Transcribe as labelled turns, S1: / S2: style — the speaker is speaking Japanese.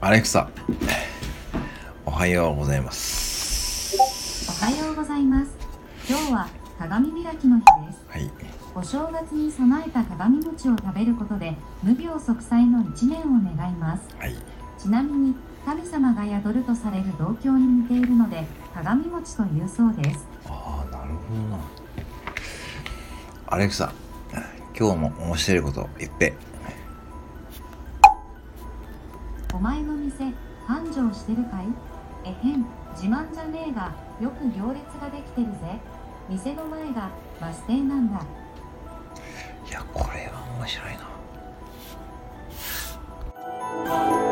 S1: アレクサ、おはようございます。
S2: おはようございます。今日は鏡開きの日です。
S1: はい。
S2: お正月に備えた鏡餅を食べることで無病息災の一年を願います。
S1: はい。
S2: ちなみに神様が宿るとされる道教に似ているので鏡餅というそうです。
S1: ああ、なるほどな。アレクサ、今日も面白いこと言って。
S2: お前の店繁盛してるかいえへん自慢じゃねえがよく行列ができてるぜ店の前がバス停なんだ
S1: いや、これは面白いな。